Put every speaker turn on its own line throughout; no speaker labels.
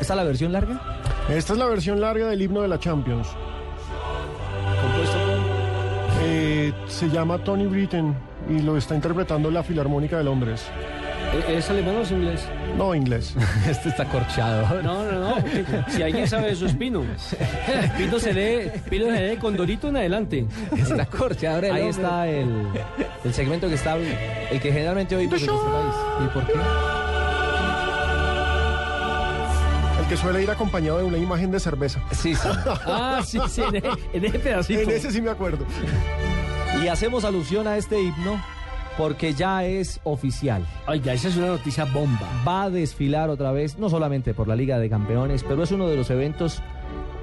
¿Esta es la versión larga?
Esta es la versión larga del himno de la Champions.
¿Compuesto por?
Eh, se llama Tony Britten y lo está interpretando la Filarmónica de Londres.
¿E- ¿Es alemán o es inglés?
No, inglés.
Este está corchado.
No, no, no. porque Si alguien sabe eso es Pino. Pino se dé, Pino se dé con Dorito en adelante.
Está corchado.
el
Ahí
hombre.
está el, el segmento que está. El que generalmente oímos en nuestro país. ¿Y por qué?
El que suele ir acompañado de una imagen de cerveza.
Sí, sí.
Ah, sí, sí, en, e- en ese pedacito.
En ese sí me acuerdo.
Y hacemos alusión a este himno porque ya es oficial.
Oiga, esa es una noticia bomba.
Va a desfilar otra vez, no solamente por la Liga de Campeones, pero es uno de los eventos,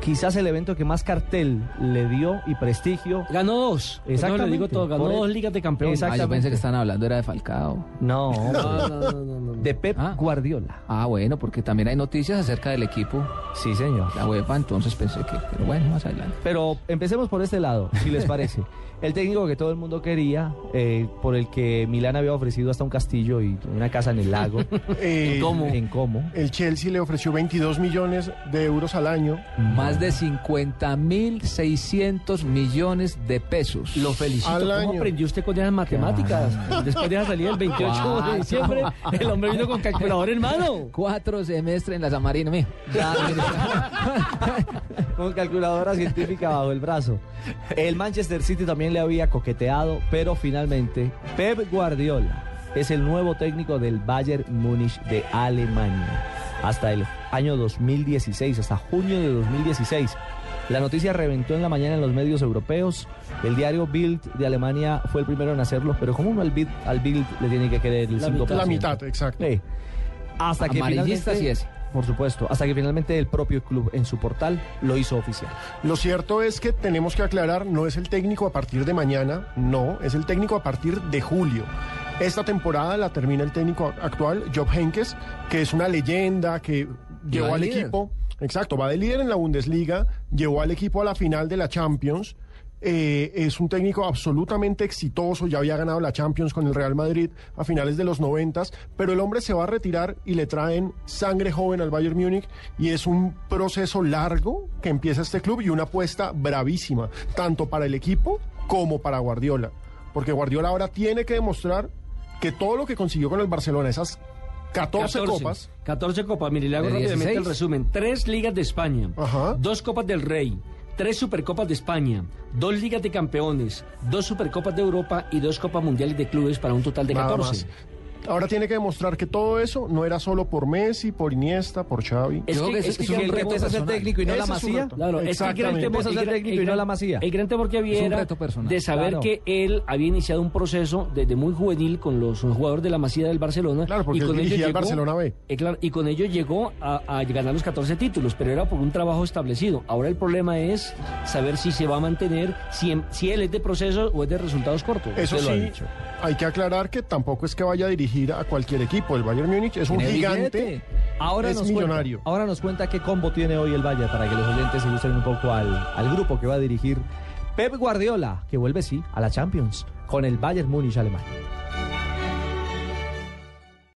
quizás el evento que más cartel le dio y prestigio.
Ganó dos.
Exactamente.
No le digo todo, ganó
Por el-
dos ligas de campeones.
Exacto.
Ah, yo pensé que estaban hablando era de Falcao.
No, hombre,
No, no, no, no, no, no.
de Pep
Ah.
Guardiola.
Ah, bueno, porque también hay noticias acerca del equipo,
Sí, señor.
la UEFA, entonces pensé que, pero bueno, más adelante.
Pero empecemos por este lado, si les parece. El técnico que todo el mundo quería, eh, por el que Milán había ofrecido hasta un castillo y una casa en el lago,
Eh,
en Como.
El Chelsea le ofreció 22 millones de euros al año.
Más de 50.600 millones de pesos.
Lo felicito.
Al
¿Cómo
año.
aprendió usted con esas matemáticas? Después de esa salida el 28 de diciembre, el hombre vino con calculador en mano.
Cuatro semestres en la Samarina, mijo.
Con calculadora científica bajo el brazo. El Manchester City también le había coqueteado, pero finalmente Pep Guardiola es el nuevo técnico del Bayern Múnich de Alemania. Hasta el año 2016, hasta junio de 2016. La noticia reventó en la mañana en los medios europeos. El diario Bild de Alemania fue el primero en hacerlo, pero como uno al Bild, al Bild le tiene que querer el
La
5%?
La mitad, exacto.
Eh, hasta que
Amarillista
finalmente-
sí es.
Por supuesto, hasta que finalmente el propio club en su portal lo hizo oficial.
Lo cierto es que tenemos que aclarar, no es el técnico a partir de mañana, no, es el técnico a partir de julio. Esta temporada la termina el técnico actual, Job Henkes, que es una leyenda que llevó
de
al
líder.
equipo, exacto, va de líder en la Bundesliga, llevó al equipo a la final de la Champions. eh, es un técnico absolutamente exitoso, ya había ganado la Champions con el Real Madrid a finales de los 90, pero el hombre se va a retirar y le traen sangre joven al Bayern Múnich y es un proceso largo que empieza este club y una apuesta bravísima, tanto para el equipo como para Guardiola, porque Guardiola ahora tiene que demostrar que todo lo que consiguió con el Barcelona, esas 14, copas,
14 copas. Mire, le hago
De
rápidamente
16.
el resumen. Tres ligas de España,
Ajá.
dos copas del Rey, tres supercopas de España, dos ligas de campeones, dos supercopas de Europa y dos copas mundiales de clubes para un total de
Nada
14.
más. Ahora tiene que demostrar que todo eso no era solo por Messi, por Iniesta, por Xavi.
Es
Yo creo
que-
que es-
es que
es
yo
un
creo que
reto
vos-
Empieza a ser
personal.
técnico y no
Ese
la
es su
masía.
reto.
Claro, es que el gran
Exactamente.
temor,
Empieza a ser
el gran-
técnico y
el
no
gran-
la Masía.
El gran temor que había
Es un
era
reto personal.
de saber
Claro.
que él había iniciado un proceso desde muy juvenil con los jugadores de la Masía del Barcelona.
Claro, porque
y
él
con ellos
dirigía al
llegó-
Barcelona B.
eh, claro, y con ello llegó a, a ganar los 14 títulos, pero era por un trabajo establecido. Ahora el problema es saber si se va a mantener, si, em- si él es de procesos o es de resultados cortos.
Eso
Usted lo ha
sí,
dicho.
hay que aclarar que tampoco es que vaya a dirigir a cualquier equipo. El Bayern Múnich es un
Tiene
gigante.
billete.
Ahora,
Es
nos cuenta,
millonario.
ahora nos cuenta qué combo tiene hoy el Valle para que los oyentes ilustren un poco al, al grupo que va a dirigir Pep Guardiola, que vuelve sí a la Champions con el Bayern Múnich alemán.